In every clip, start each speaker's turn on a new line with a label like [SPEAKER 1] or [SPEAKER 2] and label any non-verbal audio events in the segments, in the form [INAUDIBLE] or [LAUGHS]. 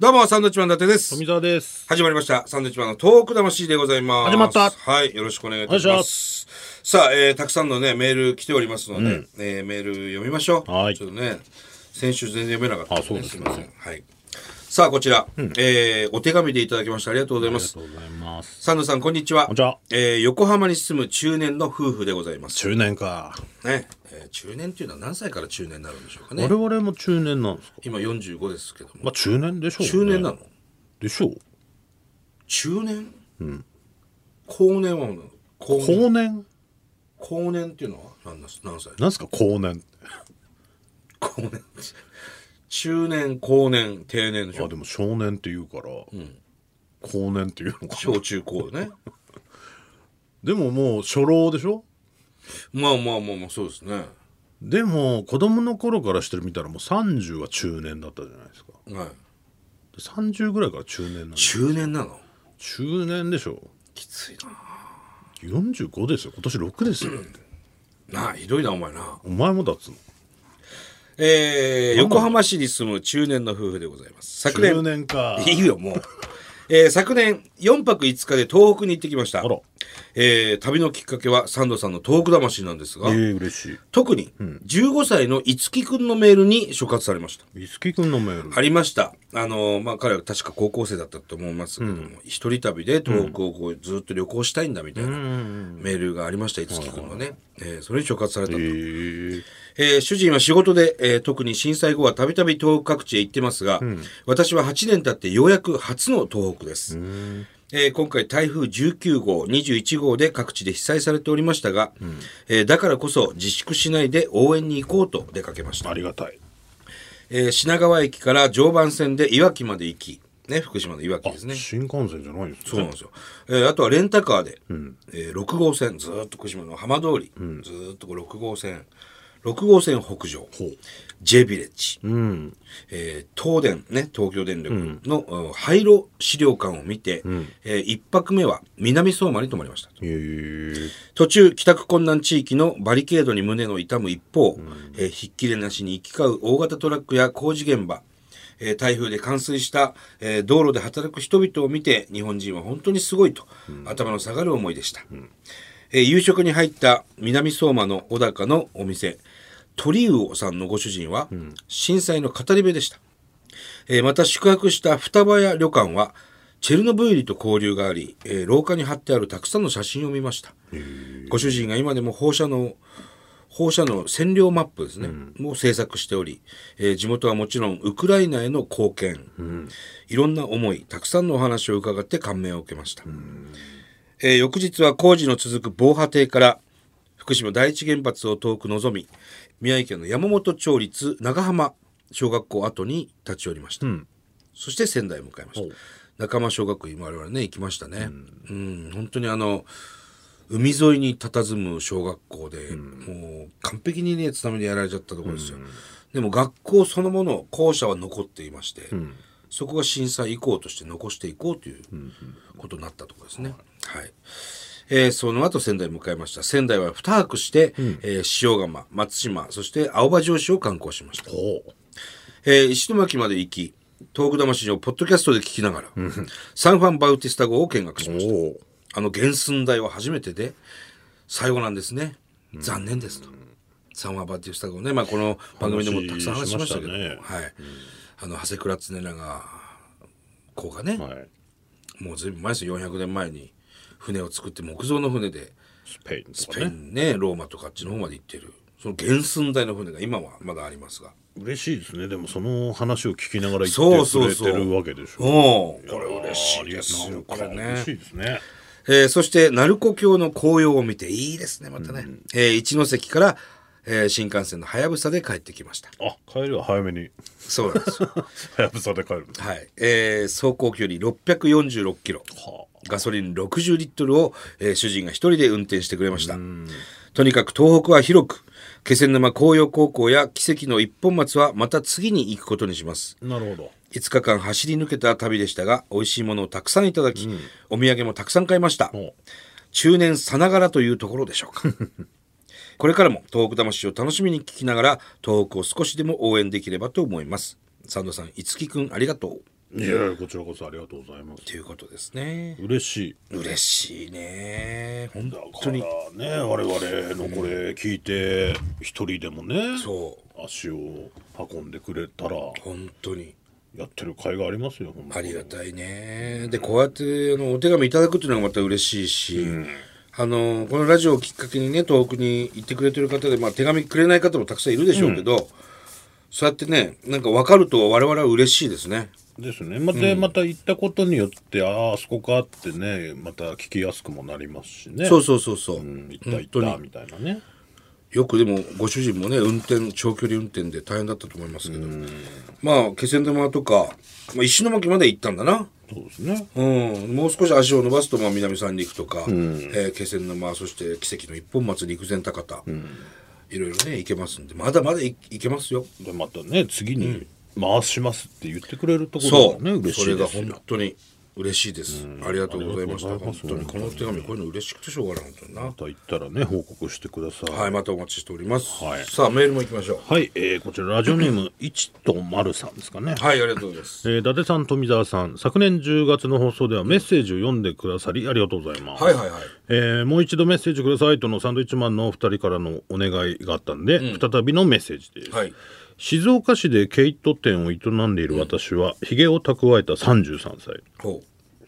[SPEAKER 1] どうも、サンドウィッチマン伊達です。
[SPEAKER 2] 富澤です。
[SPEAKER 1] 始まりました。サンドウィッチマンのトーク魂でございます。
[SPEAKER 2] 始まった
[SPEAKER 1] はい、よろしくお願いいたします。さあ、えーたくさんのね、メール来ておりますので、えーメール読みましょう。
[SPEAKER 2] はい
[SPEAKER 1] ちょっとね、先週全然読めなかった、
[SPEAKER 2] あそうですね
[SPEAKER 1] みません。はい。さあ、こちら、えーお手紙でいただきました。ありがとうござい
[SPEAKER 2] あ
[SPEAKER 1] ま
[SPEAKER 2] りが
[SPEAKER 1] す
[SPEAKER 2] と。うございます。
[SPEAKER 1] サンドさん、こんにちは。
[SPEAKER 2] こんにちは
[SPEAKER 1] えー横浜に住む中年の夫婦でございます。
[SPEAKER 2] 中年か。
[SPEAKER 1] ね、えー中年っていうのは何歳から中年になるんでしょうかね。
[SPEAKER 2] 我々も中年なんですか。
[SPEAKER 1] 今45ですけども。
[SPEAKER 2] まあ中年でしょう、ね。
[SPEAKER 1] 中年なの、
[SPEAKER 2] でしょう。
[SPEAKER 1] 中年、後年は後年
[SPEAKER 2] 後年
[SPEAKER 1] 後年っていうのは何なんす何歳
[SPEAKER 2] なんですか後年。
[SPEAKER 1] 後年中年後年定年でし
[SPEAKER 2] あ
[SPEAKER 1] ょ
[SPEAKER 2] でも少年って言うから、後年っていうのかな。
[SPEAKER 1] 小中高ね
[SPEAKER 2] でももう初老でしょ。
[SPEAKER 1] まあまあまあまあそうですね
[SPEAKER 2] でも子供の頃からしてみたらもう30は中年だったじゃないですか。
[SPEAKER 1] はい
[SPEAKER 2] で30ぐらいから中年なんで
[SPEAKER 1] 中年なの
[SPEAKER 2] 中年でしょ。
[SPEAKER 1] きつい
[SPEAKER 2] 45ですよ。今年6ですよ。
[SPEAKER 1] ななあひどいなお前な
[SPEAKER 2] お前もだっつうの。
[SPEAKER 1] えー、横浜市に住む中年の夫婦でございます昨
[SPEAKER 2] 中
[SPEAKER 1] 年
[SPEAKER 2] 年か。
[SPEAKER 1] いいよもう、えー、昨年4泊5日で東北に行ってきました
[SPEAKER 2] あら。
[SPEAKER 1] えー、旅のきっかけはサンドさんのトーク魂なんですが、
[SPEAKER 2] ええ嬉しい。
[SPEAKER 1] 特に15歳のいつきくんのメールに触発されました。
[SPEAKER 2] いつきくんのメール。
[SPEAKER 1] ありました。あのーまあ、彼は確か高校生だったと思いますけども、一人旅で東北をこうずっと旅行したいんだみたいなメールがありました、いつきくんのね。えーそれに触発されたと。え
[SPEAKER 2] ええ
[SPEAKER 1] ー主人は仕事で、えー特に震災後はたびたび東北各地へ行ってますが、私は8年経ってようやく初の東北です。えー今回台風19号、21号で各地で被災されておりましたが、えーだからこそ自粛しないで応援に行こうと出かけました
[SPEAKER 2] あ。りがたい。
[SPEAKER 1] えー品川駅から常磐線でいわきまで行き、ね、福島のいわきですね。
[SPEAKER 2] 新幹線じゃないですね。
[SPEAKER 1] そうなんですよ。えーあとはレンタカーで、えー6号線、ずーっと福島の浜通り、ずーっとこう6号線、6号線北上、J ビレッジ、
[SPEAKER 2] うん。
[SPEAKER 1] えー東電、ね、東京電力の、うん廃炉資料館を見て、え1泊目は南相馬に泊まりました。
[SPEAKER 2] ええ
[SPEAKER 1] 途中帰宅困難地域のバリケードに胸の痛む一方、えーひっきれなしに行き交う大型トラックや工事現場、えー台風で冠水した、えー道路で働く人々を見て日本人は本当にすごいと、頭の下がる思いでした、えー夕食に入った南相馬の小高のお店鳥魚さんのご主人は震災の語り部でした、えーまた宿泊した双葉屋旅館はチェルノブイリと交流があり、えー廊下に貼ってあるたくさんの写真を見ましたご主人が今でも放射能放射能占領マップですね、もう制作しており、えー地元はもちろんウクライナへの貢献、いろんな思いたくさんのお話を伺って感銘を受けました、えー翌日は工事の続く防波堤から福島第一原発を遠く望み宮城県の山本町立長浜小学校後に立ち寄りました、そして仙台を迎えました仲間小学校に我々ね行きましたねうん本当にあの海沿いに佇む小学校で、もう完璧にね津波でやられちゃったところですよ、でも学校そのもの校舎は残っていまして、そこが震災以降として残していこうということになったところですね、はいえーその後仙台に向かいました仙台は2泊して、えー塩釜松島そして青葉城市を観光しました
[SPEAKER 2] ほう。
[SPEAKER 1] えー石巻まで行き、東北魂をポッドキャストで聞きながら、サンファン・バウティスタ号を見学しました。
[SPEAKER 2] おう。
[SPEAKER 1] あの原寸大は初めてで、最後なんですね。残念ですと。サンファン・バウティスタ号ね、まあ、この番組でもたくさん話しましたけど、
[SPEAKER 2] 話しまし
[SPEAKER 1] はい。あの、長谷倉常長子がね、
[SPEAKER 2] はい。
[SPEAKER 1] もうずいぶん前ですよ、400年前に船を作って木造の船で、
[SPEAKER 2] スペインと
[SPEAKER 1] スペ
[SPEAKER 2] か
[SPEAKER 1] イ
[SPEAKER 2] ね。
[SPEAKER 1] ンね、ローマとかあっちの方まで行ってる。その原寸大の船が今はまだありますが。
[SPEAKER 2] 嬉しいですね。でもその話を聞きながら
[SPEAKER 1] そ
[SPEAKER 2] 言
[SPEAKER 1] う
[SPEAKER 2] って
[SPEAKER 1] そ
[SPEAKER 2] く
[SPEAKER 1] う
[SPEAKER 2] れ
[SPEAKER 1] そう
[SPEAKER 2] てるわけでしょ。
[SPEAKER 1] おーこれ嬉しいです
[SPEAKER 2] な
[SPEAKER 1] よ
[SPEAKER 2] ん
[SPEAKER 1] こ
[SPEAKER 2] か
[SPEAKER 1] れ
[SPEAKER 2] 嬉
[SPEAKER 1] ね
[SPEAKER 2] しいですね。
[SPEAKER 1] えーそして鳴子峡の紅葉を見ていいですねまたね、えー一ノ関から、えー新幹線のはやぶさで帰ってきました
[SPEAKER 2] あ、帰りは早めに。 [LAUGHS]
[SPEAKER 1] そうなんですよ
[SPEAKER 2] はやぶさで帰る。
[SPEAKER 1] [LAUGHS] はい、えー走行距離646キロ
[SPEAKER 2] は
[SPEAKER 1] ガソリン60リットルを、えー主人が一人で運転してくれましたとにかく東北は広く気仙沼紅葉高校や奇跡の一本松はまた次に行くことにします
[SPEAKER 2] あ。なるほど。
[SPEAKER 1] 5日間走り抜けた旅でしたが美味しいものをたくさんいただき、お土産もたくさん買いました
[SPEAKER 2] ほ
[SPEAKER 1] 中年さながらというところでしょうか [LAUGHS] これからも東北魂を楽しみに聞きながら東北を少しでも応援できればと思いますサンドさんいつきくんありがとう
[SPEAKER 2] いやいやこちらこそありがとうございます
[SPEAKER 1] ということですね。
[SPEAKER 2] 嬉しい
[SPEAKER 1] 嬉しいね。本
[SPEAKER 2] だか
[SPEAKER 1] 当
[SPEAKER 2] ら
[SPEAKER 1] に
[SPEAKER 2] ね。我々のこれ聞いて一人でもね
[SPEAKER 1] そう。
[SPEAKER 2] 足を運んでくれたら
[SPEAKER 1] 本当に。
[SPEAKER 2] やってる甲斐がありますよほんと
[SPEAKER 1] ありがたいね。で、こうやって、あの、お手紙いただくっていうのがまた嬉しいし、あの、このラジオをきっかけにね、遠くに行ってくれてる方で、まあ、手紙くれない方もたくさんいるでしょうけど、そうやってね、なんか分かると我々は嬉しいですね。
[SPEAKER 2] ですねまた、また行ったことによってあああそこかってねまた聞きやすくもなりますしね
[SPEAKER 1] そうそうそうそう。
[SPEAKER 2] うん、行った行ったみたいなね
[SPEAKER 1] よくでも、ご主人もね、運転、長距離運転で大変だったと思いますけど、まあ、気仙沼とか、まあ、石巻まで行ったんだな。
[SPEAKER 2] そうですね
[SPEAKER 1] うん、もう少し足を伸ばすと、まあ、南三陸とか、えー気仙沼そして奇跡の一本松陸前高田、いろいろね行けますんでまだまだいいけますよ
[SPEAKER 2] でまたね次に回しますって言ってくれるところ
[SPEAKER 1] そ
[SPEAKER 2] が
[SPEAKER 1] う、
[SPEAKER 2] ね嬉し
[SPEAKER 1] それ
[SPEAKER 2] い
[SPEAKER 1] が
[SPEAKER 2] ですよ
[SPEAKER 1] 本当に嬉しいです、ありがとうございました
[SPEAKER 2] ありが
[SPEAKER 1] 本
[SPEAKER 2] とうございます
[SPEAKER 1] 当にこの手紙こういうの嬉しくてしょうがない本当にな
[SPEAKER 2] また行ったらね報告してください
[SPEAKER 1] はいまたお待ちしております、
[SPEAKER 2] はい
[SPEAKER 1] さあメールも行きましょう
[SPEAKER 2] はい、えーこちらラジオネーム1と丸さんですかね。
[SPEAKER 1] はいありがとうございます
[SPEAKER 2] えー伊達さん、富澤さん、昨年10月の放送ではメッセージを読んでくださりありがとうございます。
[SPEAKER 1] はいはいはい
[SPEAKER 2] えーもう一度メッセージくださいとのサンドイッチマンのお二人からのお願いがあったんで、再びのメッセージです。
[SPEAKER 1] はい
[SPEAKER 2] 静岡市で毛糸店を営んでいる私は、ひげを蓄えた33歳、
[SPEAKER 1] ほう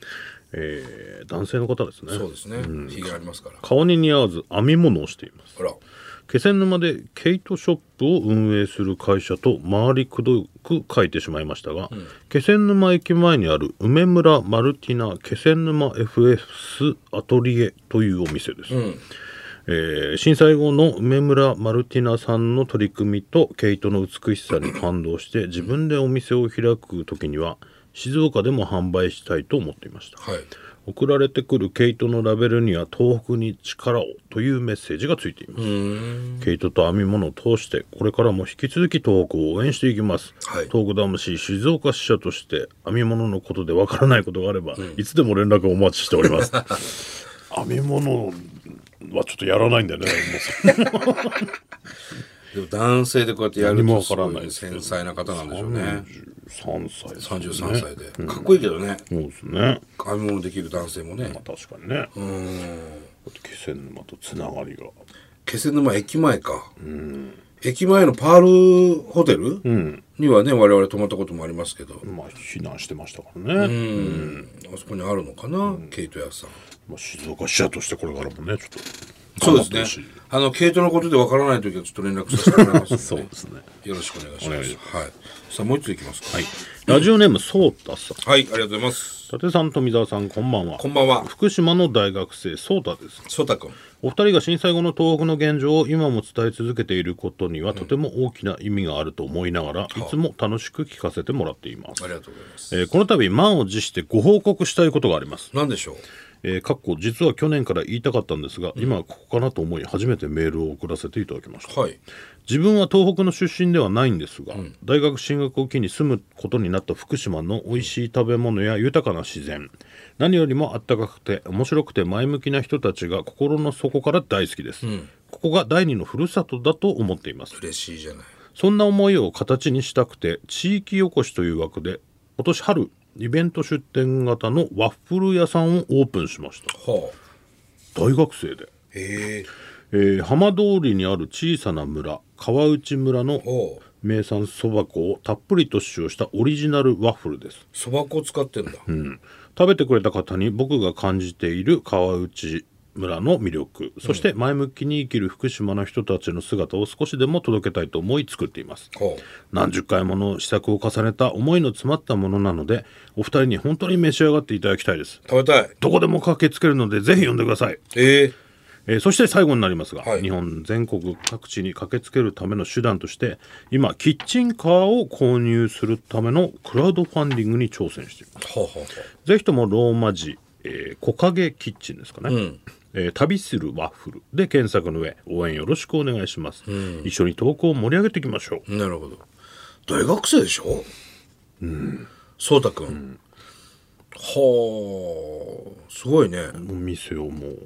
[SPEAKER 2] えー男性の方ですね
[SPEAKER 1] そうですねひげ、ありますから
[SPEAKER 2] 顔に似合わず編み物をしています
[SPEAKER 1] ほら
[SPEAKER 2] 気仙沼で毛糸ショップを運営する会社と回りくどく書いてしまいましたが、気仙沼駅前にある梅村マルティナ気仙沼 FS アトリエというお店です、えー震災後の梅村マルティナさんの取り組みと毛糸の美しさに感動して自分でお店を開く時には静岡でも販売したいと思っていました
[SPEAKER 1] はい
[SPEAKER 2] 送られてくる毛糸のラベルには東北に力をというメッセージがついています
[SPEAKER 1] うーん
[SPEAKER 2] 毛糸と編み物を通してこれからも引き続き東北を応援していきます、
[SPEAKER 1] はい
[SPEAKER 2] 東北魂静岡支社として編み物のことでわからないことがあれば、いつでも連絡をお待ちしております [LAUGHS] 編み物はちょっとやらないんだよね
[SPEAKER 1] でも男性でこうやってやる
[SPEAKER 2] 何も
[SPEAKER 1] と
[SPEAKER 2] わからないですけど
[SPEAKER 1] 繊細な方なんでしょうね
[SPEAKER 2] 3歳ですね、
[SPEAKER 1] 33歳で、かっこいいけどね
[SPEAKER 2] そうですね
[SPEAKER 1] 買い物できる男性もね
[SPEAKER 2] まあ確かにね、だ
[SPEAKER 1] うん
[SPEAKER 2] って気仙沼とつながりが
[SPEAKER 1] 気仙沼駅前か、駅前のパールホテル、にはね我々泊まったこともありますけど、
[SPEAKER 2] まあ避難してましたからね、
[SPEAKER 1] うんあそこにあるのかな、毛糸屋さん
[SPEAKER 2] まあ、静岡支社としてこれからもねちょっと
[SPEAKER 1] そうで
[SPEAKER 2] 頑張ってほ
[SPEAKER 1] す
[SPEAKER 2] しい
[SPEAKER 1] ねあの毛糸のことでわからない時はちょっと連絡させてもらいますので
[SPEAKER 2] [LAUGHS] そうですね
[SPEAKER 1] よろしくお願いし
[SPEAKER 2] お
[SPEAKER 1] ま
[SPEAKER 2] 願い
[SPEAKER 1] す
[SPEAKER 2] し
[SPEAKER 1] はいさあもう一ついきますかはい、
[SPEAKER 2] ラジオネームそうたさん
[SPEAKER 1] はい、ありがとうございます
[SPEAKER 2] 伊達さん富澤さんこんばんは
[SPEAKER 1] こんばんは
[SPEAKER 2] 福島の大学生ソータです
[SPEAKER 1] ソタ君
[SPEAKER 2] お二人が震災後の東北の現状を今も伝え続けていることにはとても大きな意味があると思いながら、いつも楽しく聞かせてもらっています、
[SPEAKER 1] ありがとうございます
[SPEAKER 2] えーこの度満を持してご報告したいことがあります、
[SPEAKER 1] 何でしょう
[SPEAKER 2] えーかっこ実は去年から言いたかったんですが、今はここかなと思い初めてメールを送らせていただきました
[SPEAKER 1] はい
[SPEAKER 2] 自分は東北の出身ではないんですが、大学進学を機に住むことになった福島の美味しい食べ物や豊かな自然何よりもあったかくて面白くて前向きな人たちが心の底から大好きです、ここが第二のふるさとだと思っています
[SPEAKER 1] 嬉しいじゃない
[SPEAKER 2] そんな思いを形にしたくて地域おこしという枠で今年春イベント出店型のワッフル屋さんをオープンしました
[SPEAKER 1] はあ
[SPEAKER 2] 大学生で
[SPEAKER 1] へえ
[SPEAKER 2] えー浜通りにある小さな村川内村の
[SPEAKER 1] おう
[SPEAKER 2] 名産そば粉をたっぷりと使用したオリジナルワッフルです、
[SPEAKER 1] そば粉を使ってんだ、
[SPEAKER 2] うん食べてくれた方に僕が感じている川内村の魅力そして前向きに生きる福島の人たちの姿を少しでも届けたいと思い作っています
[SPEAKER 1] ほう
[SPEAKER 2] 何十回もの試作を重ねた思いの詰まったものなのでお二人に本当に召し上がっていただきたいです
[SPEAKER 1] 食べたい
[SPEAKER 2] どこでも駆けつけるのでぜひ呼んでください
[SPEAKER 1] ええ
[SPEAKER 2] えーそして最後になりますが、
[SPEAKER 1] はい
[SPEAKER 2] 日本全国各地に駆けつけるための手段として今キッチンカーを購入するためのクラウドファンディングに挑戦しています
[SPEAKER 1] はあ、はあは
[SPEAKER 2] ぜひともローマ字「えー木陰キッチン」ですかね、
[SPEAKER 1] ん
[SPEAKER 2] えー旅するワッフル」で検索の上応援よろしくお願いします、一緒に投稿を盛り上げていきましょう
[SPEAKER 1] あ、なるほど大学生でしょうんそうたくん、はあすごいね
[SPEAKER 2] お店をもう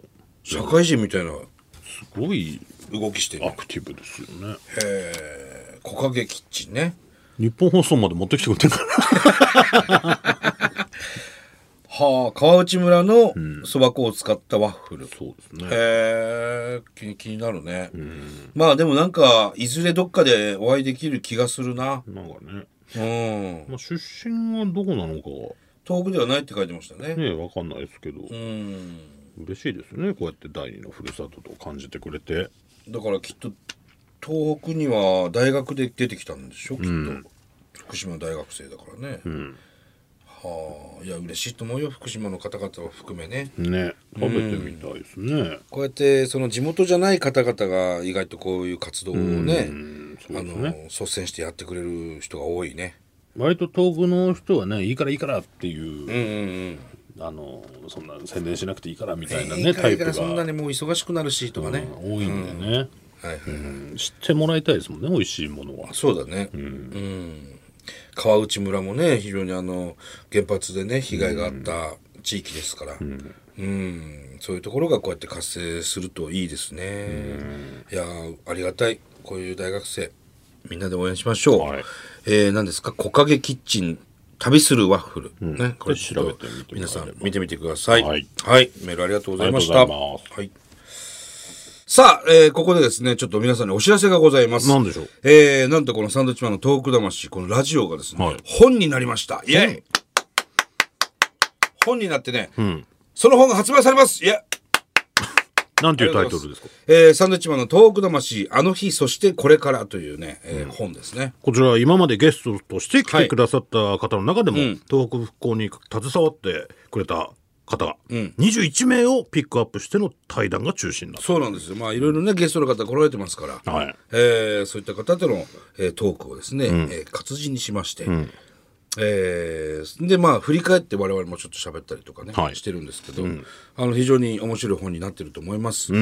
[SPEAKER 1] 社会人みたいな
[SPEAKER 2] すごい
[SPEAKER 1] 動きしてる
[SPEAKER 2] ア
[SPEAKER 1] へ
[SPEAKER 2] クティブですよね
[SPEAKER 1] え木陰キッチンね
[SPEAKER 2] 日本放送まで持ってきてくれてるから
[SPEAKER 1] はあ川内村のそば粉を使ったワッフル、
[SPEAKER 2] [LAUGHS] そうですね
[SPEAKER 1] へえ気に気になるね、まあでもなんかいずれどっかでお会いできる気がするな
[SPEAKER 2] なんかね、
[SPEAKER 1] うん
[SPEAKER 2] まあ、出身はどこなのかは
[SPEAKER 1] 遠くではないって書いてましたね
[SPEAKER 2] ねわかんないですけど、
[SPEAKER 1] うん
[SPEAKER 2] 嬉しいですねこうやって第二のふるさとと感じてくれて
[SPEAKER 1] だからきっと東北には大学で出てきたんでしょきっと、福島の大学生だからね、はあいや嬉しいと思うよ福島の方々を含めね
[SPEAKER 2] ね食べてみたいですね
[SPEAKER 1] こうやってその地元じゃない方々が意外とこういう活動をね、
[SPEAKER 2] うんそう
[SPEAKER 1] あ
[SPEAKER 2] です
[SPEAKER 1] の
[SPEAKER 2] ね
[SPEAKER 1] 率先してやってくれる人が多いね
[SPEAKER 2] 割と東北の人はねいいからいいからっていう、
[SPEAKER 1] うんうん
[SPEAKER 2] あのそんな宣伝しなくていいからみ
[SPEAKER 1] う
[SPEAKER 2] たいなんね、
[SPEAKER 1] いいか
[SPEAKER 2] タ
[SPEAKER 1] らい
[SPEAKER 2] イ
[SPEAKER 1] い
[SPEAKER 2] プ
[SPEAKER 1] から
[SPEAKER 2] が
[SPEAKER 1] そんなにもう忙しくなるしとかね、
[SPEAKER 2] うん多いんでね、
[SPEAKER 1] はいはいはい
[SPEAKER 2] うん知ってもらいたいですもんね美味しいものは
[SPEAKER 1] そうだね、うん川内村もね非常にあの原発でね被害があった地域ですから、うんそういうところがこうやって活性するといいですね、いやーありがたいこういう大学生みんなで応援しましょう、
[SPEAKER 2] はい
[SPEAKER 1] えー何ですか「木陰キッチン旅するワッフル」ねこれ
[SPEAKER 2] で
[SPEAKER 1] ちょっと
[SPEAKER 2] 調べてみても
[SPEAKER 1] 皆
[SPEAKER 2] らえれば
[SPEAKER 1] さん見てみてください、
[SPEAKER 2] はい
[SPEAKER 1] メールありがとうございました
[SPEAKER 2] ありがとうござ
[SPEAKER 1] は
[SPEAKER 2] います
[SPEAKER 1] いさあ、えーここでですね、ちょっと皆さんにお知らせがございます。
[SPEAKER 2] なんでしょう
[SPEAKER 1] えー、なんとこのサンドウィッチマンのトーク魂、このラジオがですね、
[SPEAKER 2] はい
[SPEAKER 1] 本になりました。イェイ、本になってね、
[SPEAKER 2] ん
[SPEAKER 1] その本が発売されますイェイ
[SPEAKER 2] なんていうタイトルですか
[SPEAKER 1] えー、サンドウィッチマンのトーク魂、あの日、そしてこれからというね、えー本ですね。
[SPEAKER 2] こちらは今までゲストとして来てくださった方の中でも、
[SPEAKER 1] はいうん
[SPEAKER 2] 東北復興に携わってくれた方が、21名をピックアップしての対談が中心だ
[SPEAKER 1] そうなんですよ。まあ、いろいろね、ゲストの方来られてますから、
[SPEAKER 2] はい
[SPEAKER 1] えーそういった方との、えートークをですね、えー活字にしまして、えーで、まあ、振り返って我々もちょっと喋ったりとかね、
[SPEAKER 2] はい
[SPEAKER 1] してるんですけど、あの、非常に面白い本になってると思います。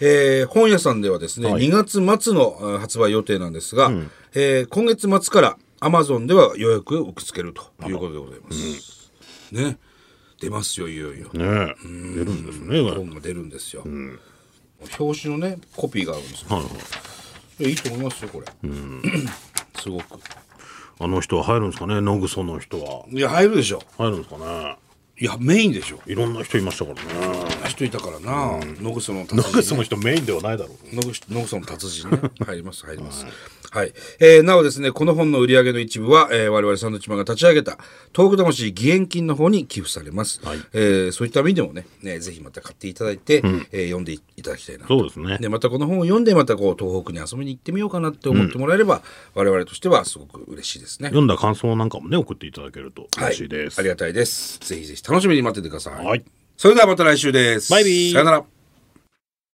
[SPEAKER 1] えー本屋さんではですね、2月末のえー発売予定なんですが、えー今月末から Amazon では予約を受け付けるということでございます。ね。出ますよ、いよいよ。
[SPEAKER 2] ねえ出るんですねこれ
[SPEAKER 1] 本が出るんですよ、表紙のねコピーがあるんですよ、
[SPEAKER 2] はいはい
[SPEAKER 1] いやいいと思いますよこれ、すごく
[SPEAKER 2] あの人は入るんですかね野草の人はい
[SPEAKER 1] や入るでしょ
[SPEAKER 2] 入るんですかね
[SPEAKER 1] いやメインでしょ
[SPEAKER 2] いろんな人いましたからね
[SPEAKER 1] 人いたからな、野草の達
[SPEAKER 2] [LAUGHS] 野
[SPEAKER 1] 人
[SPEAKER 2] 草の人メインではないだろう
[SPEAKER 1] 野口野口さんの達人ね入ります入りますはい、えーなおですねこの本の売り上げの一部は、えー我々サンドウィッチマンが立ち上げた東北魂義援金の方に寄付されます、えーそういった意味でもねねぜひまた買っていただいて、えー読んでいただきたいな
[SPEAKER 2] そうですね
[SPEAKER 1] でまたこの本を読んでまたこう東北に遊びに行ってみようかなって思ってもらえれば、我々としてはすごく嬉しいですね。
[SPEAKER 2] 読んだ感想なんかもね送っていただけると嬉しいです、
[SPEAKER 1] はい、ありがたいです。ぜひぜひ楽しみに待っててください。
[SPEAKER 2] はい
[SPEAKER 1] それではまた来週です。
[SPEAKER 2] バイビー
[SPEAKER 1] さよなら。